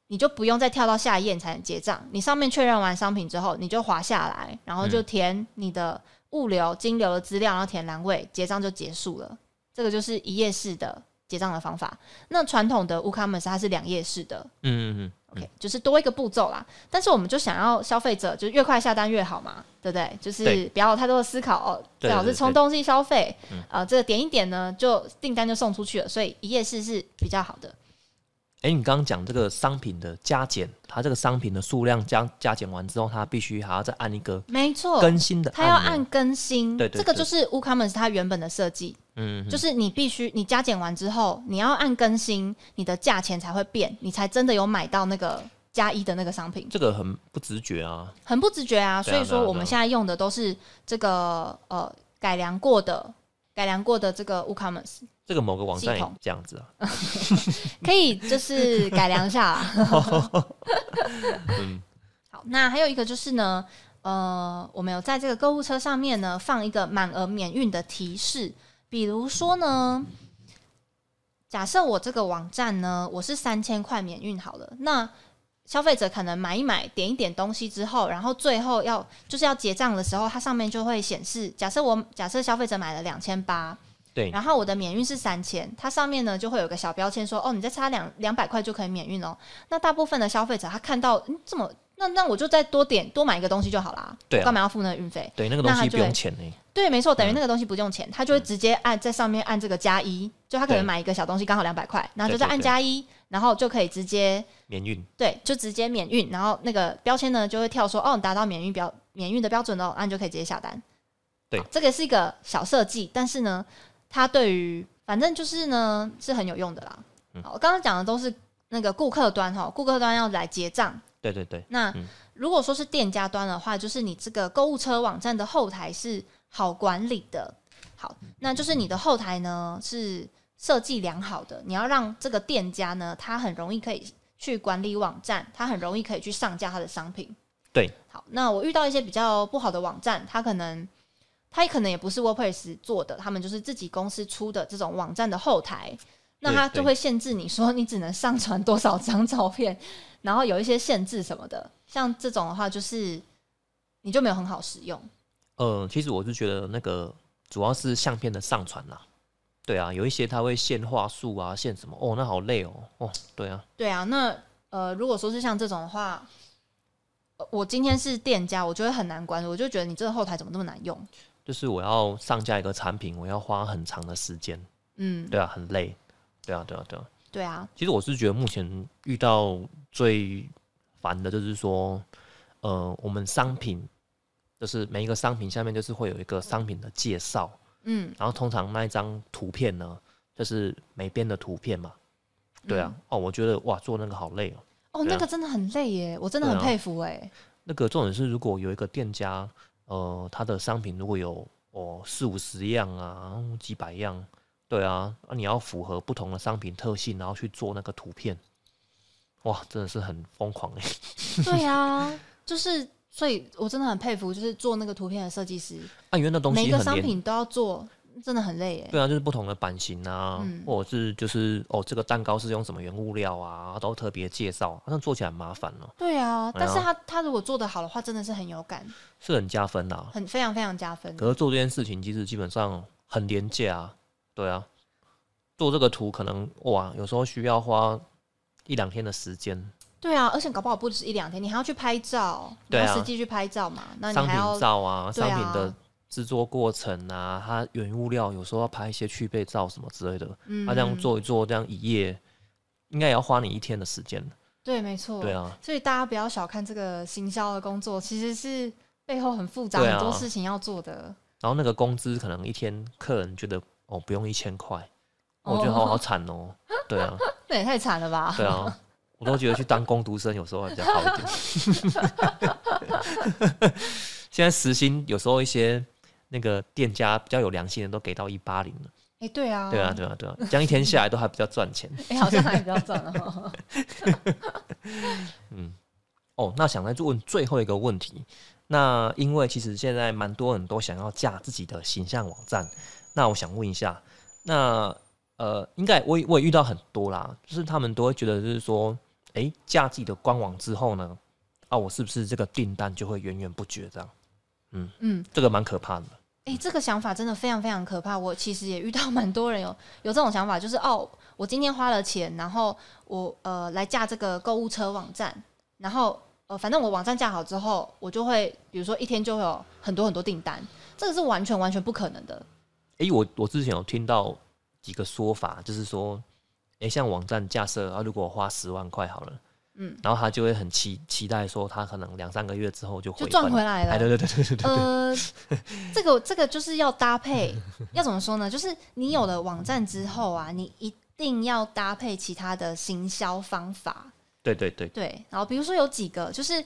S2: 你就不用再跳到下一页你才能结账。你上面确认完商品之后，你就滑下来，然后就
S1: 嗯
S2: 填你的物流、金流的资料，然后填栏位，结账就结束了。这个就是一页式的结账的方法。那传统的 WooCommerce 它是两页式的
S1: 嗯嗯嗯。
S2: ，OK，就是多一个步骤啦。但是我们就想要消费者就是越快下单越好嘛，对不对？就是
S1: 对
S2: 不要有太多的思考哦，
S1: 对
S2: 最好
S1: 对
S2: 是
S1: 对
S2: 冲动性消费
S1: 嗯，
S2: 呃，这个点一点呢，就订单就送出去了，所以一页式是比较好的。
S1: 哎、你刚刚讲这个商品的加减，它这个商品的数量加加减完之后，它必须还要再按一个
S2: 没错，
S1: 更新的
S2: 它要
S1: 钮
S2: 按更新，
S1: 对对
S2: 这个
S1: 对
S2: 就是 WooCommerce 它原本的设计，
S1: 嗯，
S2: 就是你必须你加减完之后，你要按更新，你的价钱才会变，你才真的有买到那个加一的那个商品，
S1: 这个很不直觉啊，
S2: 很不直觉啊。
S1: 对啊
S2: 所以说
S1: 对啊
S2: 我们
S1: 对啊
S2: 现在用的都是这个呃改良过的。改良过的这个 WooCommerce
S1: 这个某个网站
S2: 系
S1: 也
S2: 统
S1: 这样子啊，
S2: 可以就是改良一下啦。好，那还有一个就是呢，呃，我们有在这个购物车上面呢放一个满额免运的提示，比如说呢，假设我这个网站呢我是三千块免运好了，那消费者可能买一买点一点东西之后，然后最后要就是要结账的时候，它上面就会显示，假设我假设消费者买了两千八，
S1: 对
S2: 然后我的免运是三千，它上面呢就会有个小标签说，哦，你再差两两百块就可以免运哦。那大部分的消费者他看到，嗯，这么那那我就再多点多买一个东西就好啦，
S1: 对啊嗯
S2: 我干嘛要付那个运费？
S1: 对，那个东
S2: 那它
S1: 西
S2: 就
S1: 不用钱呢、
S2: 对，没错，等于那个东西不用钱，他就会直接按在上面按这个加一，就他可能
S1: 对
S2: 买一个小东西刚好两百块，然后就
S1: 对
S2: 再
S1: 对
S2: 按
S1: 对
S2: 加一，然后就可以直接
S1: 免运，
S2: 对，就直接免运，然后那个标签呢就会跳说哦，你达到免运标免运的标准哦，那你就可以直接下单。
S1: 对
S2: 好这个是一个小设计，但是呢，它对于反正就是呢是很有用的啦。
S1: 嗯
S2: 好，我刚刚讲的都是那个顾客端哈，顾客端要来结账，
S1: 对对对，
S2: 那
S1: 嗯
S2: 如果说是店家端的话，就是你这个购物车网站的后台是好管理的。好，那就是你的后台呢是设计良好的，你要让这个店家呢，他很容易可以去管理网站，他很容易可以去上架他的商品。
S1: 对，
S2: 好，那我遇到一些比较不好的网站，他可能他可能也不是 WordPress 做的，他们就是自己公司出的这种网站的后台，那
S1: 对
S2: 他就
S1: 对
S2: 会限制你说你只能上传多少张照片，然后有一些限制什么的，像这种的话，就是你就没有很好使用。
S1: 呃，其实我是觉得那个主要是相片的上传啦，对啊，有一些它会限话术啊，限什么，哦，那好累哦，哦，对啊，
S2: 对啊，那呃，如果说是像这种的话，呃我今天是店家，我就会很难管理，我就觉得你这个后台怎么那么难用？
S1: 就是我要上架一个产品，我要花很长的时间，
S2: 嗯，
S1: 对啊，很累，对啊，对啊，对啊。
S2: 对啊，
S1: 其实我是觉得目前遇到最烦的就是说，呃，我们商品就是每一个商品下面就是会有一个商品的介绍，
S2: 嗯，
S1: 然后通常那一张图片呢，就是美编的图片嘛，
S2: 嗯
S1: 对啊，哦，我觉得哇，做那个好累哦。
S2: 哦，
S1: 对啊
S2: 那个真的很累耶，我真的很
S1: 对啊
S2: 佩 服哎。
S1: 那个重点是，如果有一个店家，呃，他的商品如果有哦四五十样啊，几百样，对啊，啊你要符合不同的商品特性，然后去做那个图片，哇，真的是很疯狂哎、
S2: 对啊，就是，所以我真的很佩服，就是做那个图片的设计师，
S1: 啊，因为那东
S2: 每一
S1: 西
S2: 个
S1: 很
S2: 商
S1: 连，
S2: 品都要做，真的很累耶。
S1: 对啊，就是不同的版型啊，
S2: 嗯
S1: 或者是就是哦这个蛋糕是用什么原物料啊，都特别介绍，那做起来很麻烦了、
S2: 对啊，
S1: 哎呀
S2: 但是他他如果做得好的话，真的是很有感，
S1: 是很加分啊啦、
S2: 很非常非常加分。
S1: 可是做这件事情，其实基本上很廉价啊，对啊，做这个图可能哇，有时候需要花一两天的时间，
S2: 对啊，而且搞不好不只是一两天，你还要去拍照，你
S1: 对啊
S2: 要实际去拍照嘛，那你
S1: 商
S2: 还
S1: 品
S2: 要
S1: 照啊，
S2: 对
S1: 商
S2: 啊
S1: 品的制作过程啊，它原物料有时候要拍一些去背照什么之类的，
S2: 嗯
S1: 它、这样，做一做，这样一夜，应该也要花你一天的时间，
S2: 对，没错，
S1: 对。啊，
S2: 所以大家不要小看这个行销的工作，其实是背后很复杂、
S1: 对啊
S2: 很多事情要做的。
S1: 然后那个工资可能一天客人觉得哦不用一千块，我觉得好
S2: 哦
S1: 好惨哦，对啊，
S2: 那也太惨了吧？
S1: 对啊。我都觉得去当工读生有时候还比较好一点。 现在时薪有时候一些那个店家比较有良心的都给到一八零了。
S2: 哎、对啊，
S1: 对啊，啊对啊，对啊，这样一天下来都还比较赚钱。
S2: 哎、好像还比较赚哦。
S1: 哦，那想再问最后一个问题，那因为其实现在蛮多人都想要架自己的形象网站，那我想问一下，那呃，应该我也我也遇到很多啦，就是他们都会觉得就是说，诶，架自己的官网之后呢，啊，我是不是这个订单就会源源不绝这样？
S2: 嗯，
S1: 这个蛮可怕的。
S2: 哎、这个想法真的非常非常可怕。我其实也遇到蛮多人有有这种想法，就是哦，我今天花了钱，然后我呃来架这个购物车网站，然后呃反正我网站架好之后，我就会比如说一天就会有很多很多订单，这个是完全完全不可能的。
S1: 诶，我我之前有听到几个说法，就是说，诶，像网站架设啊，如果我花十万块好了，
S2: 嗯，
S1: 然后他就会很期期待说，他可能两三个月之后就回
S2: 就
S1: 本
S2: 赚回来了
S1: 哎，对对对对对对对，
S2: 呃，这个这个就是要搭配，要怎么说呢？就是你有了网站之后啊，你一定要搭配其他的行销方法。
S1: 对对对，
S2: 对，然后比如说有几个，就是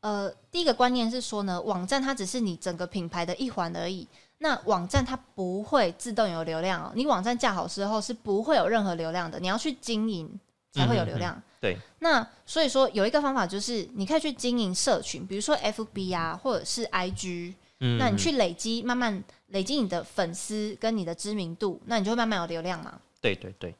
S2: 呃，第一个观念是说呢，网站它只是你整个品牌的一环而已。那网站它不会自动有流量哦，你网站架好之后是不会有任何流量的，你要去经营才
S1: 嗯
S2: 会有流量。
S1: 对，
S2: 那所以说有一个方法就是，你可以去经营社群，比如说 FB 啊，或者是 IG，
S1: 嗯
S2: 那你去累积，慢慢累积你的粉丝跟你的知名度，那你就会慢慢有流量嘛。
S1: 对对对，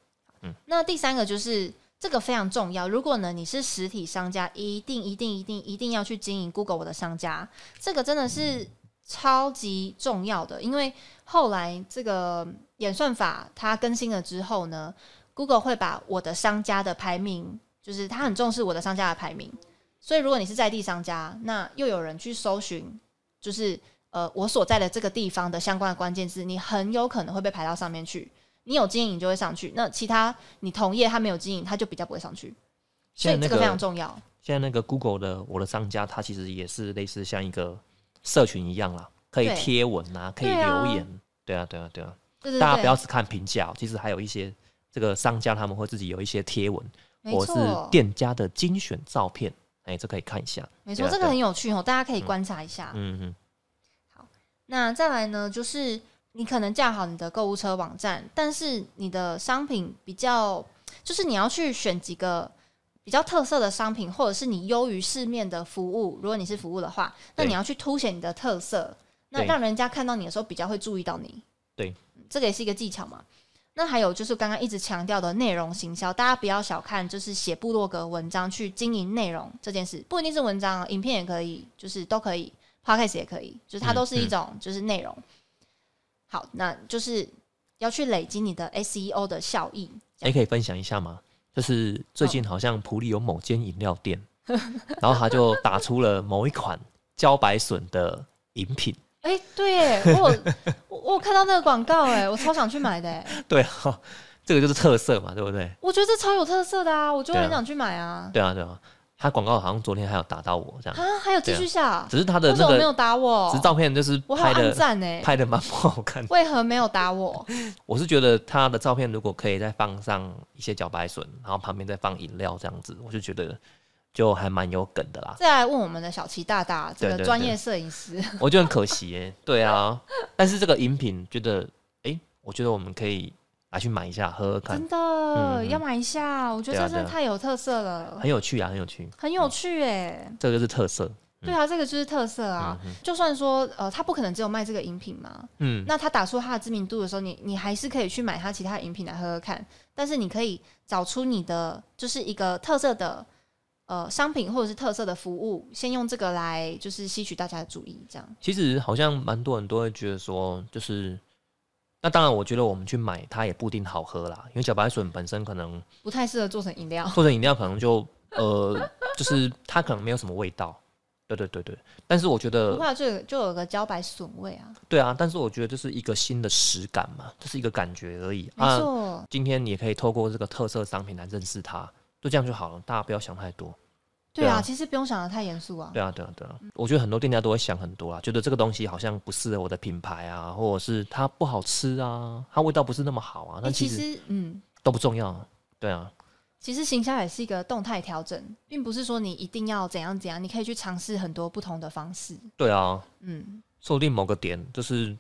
S2: 那第三个就是这个非常重要，如果呢你是实体商家，一定一定一定一定要去经营 Google 我的商家，这个真的是超级重要的，因为后来这个演算法它更新了之后呢，Google 会把我的商家的排名，就是它很重视我的商家的排名，所以如果你是在地商家，那又有人去搜寻，就是。呃，我所在的这个地方的相关的关键字，你很有可能会被排到上面去。你有经营你就会上去，那其他你同业他没有经营，他就比较不会上去，所
S1: 现
S2: 以
S1: 在那
S2: 这个非常重要。
S1: 现在那个 Google 的我的商家，它其实也是类似像一个社群一样啦，可以
S2: 对
S1: 贴文啊，可以
S2: 对啊
S1: 留言，对啊对啊对啊，
S2: 对对对，
S1: 大家不要只看评价哦，其实还有一些这个商家他们会自己有一些贴文，
S2: 没
S1: 或是
S2: 错，
S1: 店家的精选照片，哎，这可以看一下，
S2: 没
S1: 对
S2: 错，
S1: 啊
S2: 这
S1: 对
S2: 个
S1: 啊
S2: 很有趣哦，大家可以观察一下。
S1: 嗯嗯。
S2: 那再来呢，就是你可能架好你的购物车网站，但是你的商品比较，就是你要去选几个比较特色的商品，或者是你优于市面的服务。如果你是服务的话，那
S1: 对
S2: 你要去凸显你的特色，那
S1: 对
S2: 让人家看到你的时候比较会注意到你。
S1: 对
S2: 嗯，这个也是一个技巧嘛。那还有就是刚刚一直强调的内容行销，大家不要小看，就是写部落格文章去经营内容这件事，不一定是文章哦，影片也可以，就是都可以，podcast 也可以，就是它
S1: 嗯
S2: 都是一
S1: 嗯
S2: 种就是内容。好，那就是要去累积你的 SEO 的效益。
S1: 哎 也可以分享一下吗？就是最近好像普里有某间饮料店，然后他就打出了某一款茭白笋的饮品。
S2: 哎、对耶，我有我我有看到那个广告，哎，我超想去买的耶，
S1: 对啊，这个就是特色嘛，对不对？
S2: 我觉得这超有特色的啊，我就
S1: 对啊
S2: 很想去买啊。
S1: 对啊，对啊，他广告好像昨天还有打到我这样，
S2: 啊，还有继续下啊，
S1: 只是他的
S2: 为什
S1: 那
S2: 么没
S1: 个
S2: 有打我
S1: 只是？照片就是
S2: 我
S1: 拍
S2: 还有暗
S1: 的
S2: 赞欸呢，
S1: 拍的蛮不好看的。
S2: 为何没有打我？
S1: 我是觉得他的照片如果可以再放上一些茭白笋，然后旁边再放饮料这样子，我就觉得 就还蛮有梗的啦。
S2: 再来问我们的小齐大大，这
S1: 对
S2: 个
S1: 对
S2: 专业摄影师，
S1: 我觉得很可惜耶、对啊。但是这个饮品，觉得诶，我觉得我们可以拿去买一下喝喝看
S2: 真，的、
S1: 嗯
S2: 要买一下，我觉得
S1: 对啊
S2: 这
S1: 对
S2: 真的
S1: 啊
S2: 太有特色了，
S1: 很有趣啊，很有趣。
S2: 很有趣哎。
S1: 这个就是特色，嗯
S2: 对啊，这个就是特色啊。
S1: 嗯哼
S2: 就算说呃，他不可能只有卖这个饮品嘛，
S1: 嗯，
S2: 那他打出他的知名度的时候，你你还是可以去买他其他饮品来喝喝看，但是你可以找出你的就是一个特色的呃商品或者是特色的服务，先用这个来就是吸取大家的注意，这样
S1: 其实好像蛮多人都会觉得说，就是那当然，我觉得我们去买它也不一定好喝啦，因为茭白笋本身可能
S2: 不太适合做成饮料。
S1: 做成饮料可能就呃，就是它可能没有什么味道。对对对对，但是我觉
S2: 不
S1: 得
S2: 过就有就有个茭白笋味啊，
S1: 对啊，但是我觉得这是一个新的实感嘛，这是一个感觉而已
S2: 没
S1: 啊。
S2: 错。
S1: 今天你也可以透过这个特色商品来认识它，就这样就好了，大家不要想太多。
S2: 对
S1: 对
S2: 啊，
S1: 啊
S2: 其实不用想的太严肃啊。
S1: 对啊，对啊，对啊，我觉得很多店家都会想很多啊，觉得这个东西好像不适合我的品牌啊，或者是它不好吃啊，它味道不是那么好啊，
S2: 诶
S1: 那其
S2: 其
S1: 实
S2: 实嗯，
S1: 都不重要啊。对啊，
S2: 其实行销也是一个动态调整，并不是说你一定要怎样怎样，你可以去尝试很多不同的方式。
S1: 对啊，
S2: 嗯，
S1: 说不定某个点就是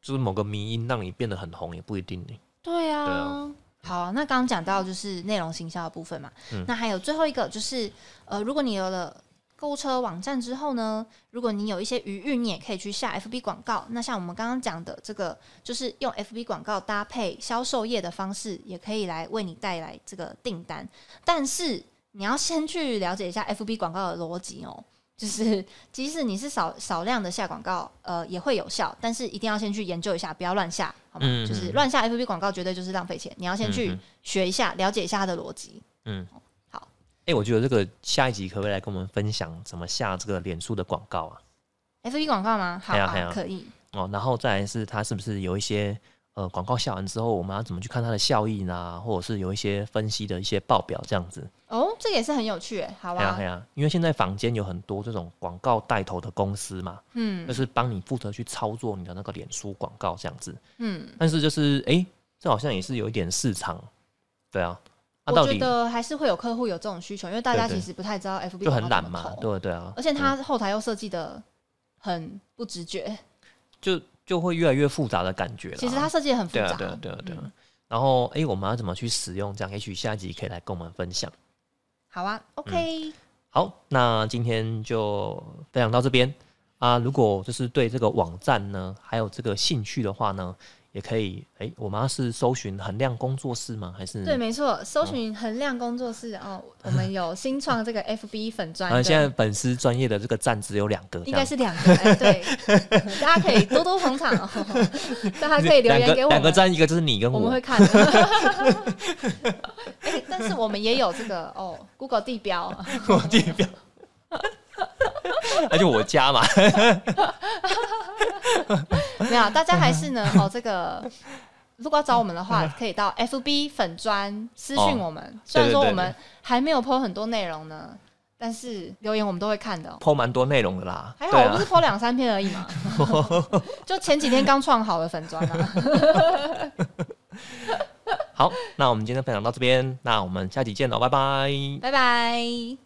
S1: 就是某个迷因让你变得很红也不一定呢。
S2: 对啊。
S1: 对啊
S2: 好啊，那刚刚讲到就是内容行销的部分嘛，
S1: 嗯
S2: 那还有最后一个就是，呃，如果你有了购物车网站之后呢，如果你有一些余裕，你也可以去下 FB 广告。那像我们刚刚讲的这个，就是用 FB 广告搭配销售业的方式，也可以来为你带来这个订单。但是你要先去了解一下 FB 广告的逻辑哦，就是即使你是少少量的下广告，呃，也会有效，但是一定要先去研究一下，不要乱下，好吗？
S1: 嗯
S2: 就是乱下 FB 广告绝对就是浪费钱，你要先去
S1: 嗯
S2: 学一下，了解一下它的逻辑。
S1: 嗯，
S2: 好。
S1: 哎、我觉得这个下一集可不可以来跟我们分享怎么下这个脸书的广告啊？
S2: FB 广告吗？好
S1: 哎呀
S2: 啊
S1: 哎呀
S2: 可以。
S1: 哦，然后再来是它是不是有一些呃广告下完之后，我们要怎么去看它的效益呢？或者是有一些分析的一些报表这样子？
S2: 哦，这个也是很有趣耶，好
S1: 哎呀
S2: 啊
S1: 哎，呀，因为现在坊间有很多这种广告带头的公司嘛，就
S2: 嗯
S1: 是帮你负责去操作你的那个脸书广告这样子。
S2: 嗯，
S1: 但是就是哎、这好像也是有一点市场，对啊，那、到
S2: 我觉
S1: 底
S2: 得还是会有客户有这种需求，因为大家
S1: 对对
S2: 其实不太知道 FB
S1: 就很
S2: 广告
S1: 懒
S2: 怎么
S1: 嘛，
S2: 投，
S1: 对对啊，
S2: 而且
S1: 嗯
S2: 它后台又设计的很不直觉，
S1: 就就会越来越复杂的感觉啦。
S2: 其实它设计的很复
S1: 对啊
S2: 杂，
S1: 对啊对啊对啊。
S2: 嗯
S1: 然后哎、我们要怎么去使用？这样也许下一集可以来跟我们分享。
S2: 好
S1: 嗯
S2: 啊，OK，
S1: 好，那今天就分享到这边啊。如果就是对这个网站呢，还有这个兴趣的话呢，也可以哎、我们要是搜寻衡量工作室吗？还是
S2: 对，？没错，
S1: 嗯
S2: 搜寻衡量工作室哦，我们有新创这个 FB 粉砖
S1: 啊，
S2: 跟，
S1: 现在粉丝专业的这个站只有两个，
S2: 应
S1: 这
S2: 该
S1: 样
S2: 是两个，哎，对，大家可以多多 捧场哦，大家可以留
S1: 两
S2: 言
S1: 个
S2: 给我
S1: 两
S2: 们
S1: 个，站，一个就是你跟
S2: 我
S1: 我，
S2: 们会看的。哎但是我们也有这个哦，Google 地标，
S1: 我地 标，那就我家嘛。
S2: 没有啊，大家还是呢哦，这个如果要找我们的话，可以到 FB 粉砖私
S1: 哦
S2: 讯我们。虽然说我们还没有 PO 很多内容呢，但是留言我们都会看的哦、
S1: 抛蛮多内容的啦，
S2: 还好
S1: 对
S2: 我不
S1: 啊
S2: 是，PO 两三篇而已 嘛，就前几天刚创好的粉砖啊。
S1: 好，那我们今天分享到这边，那我们下期见喽，拜拜。
S2: 拜拜。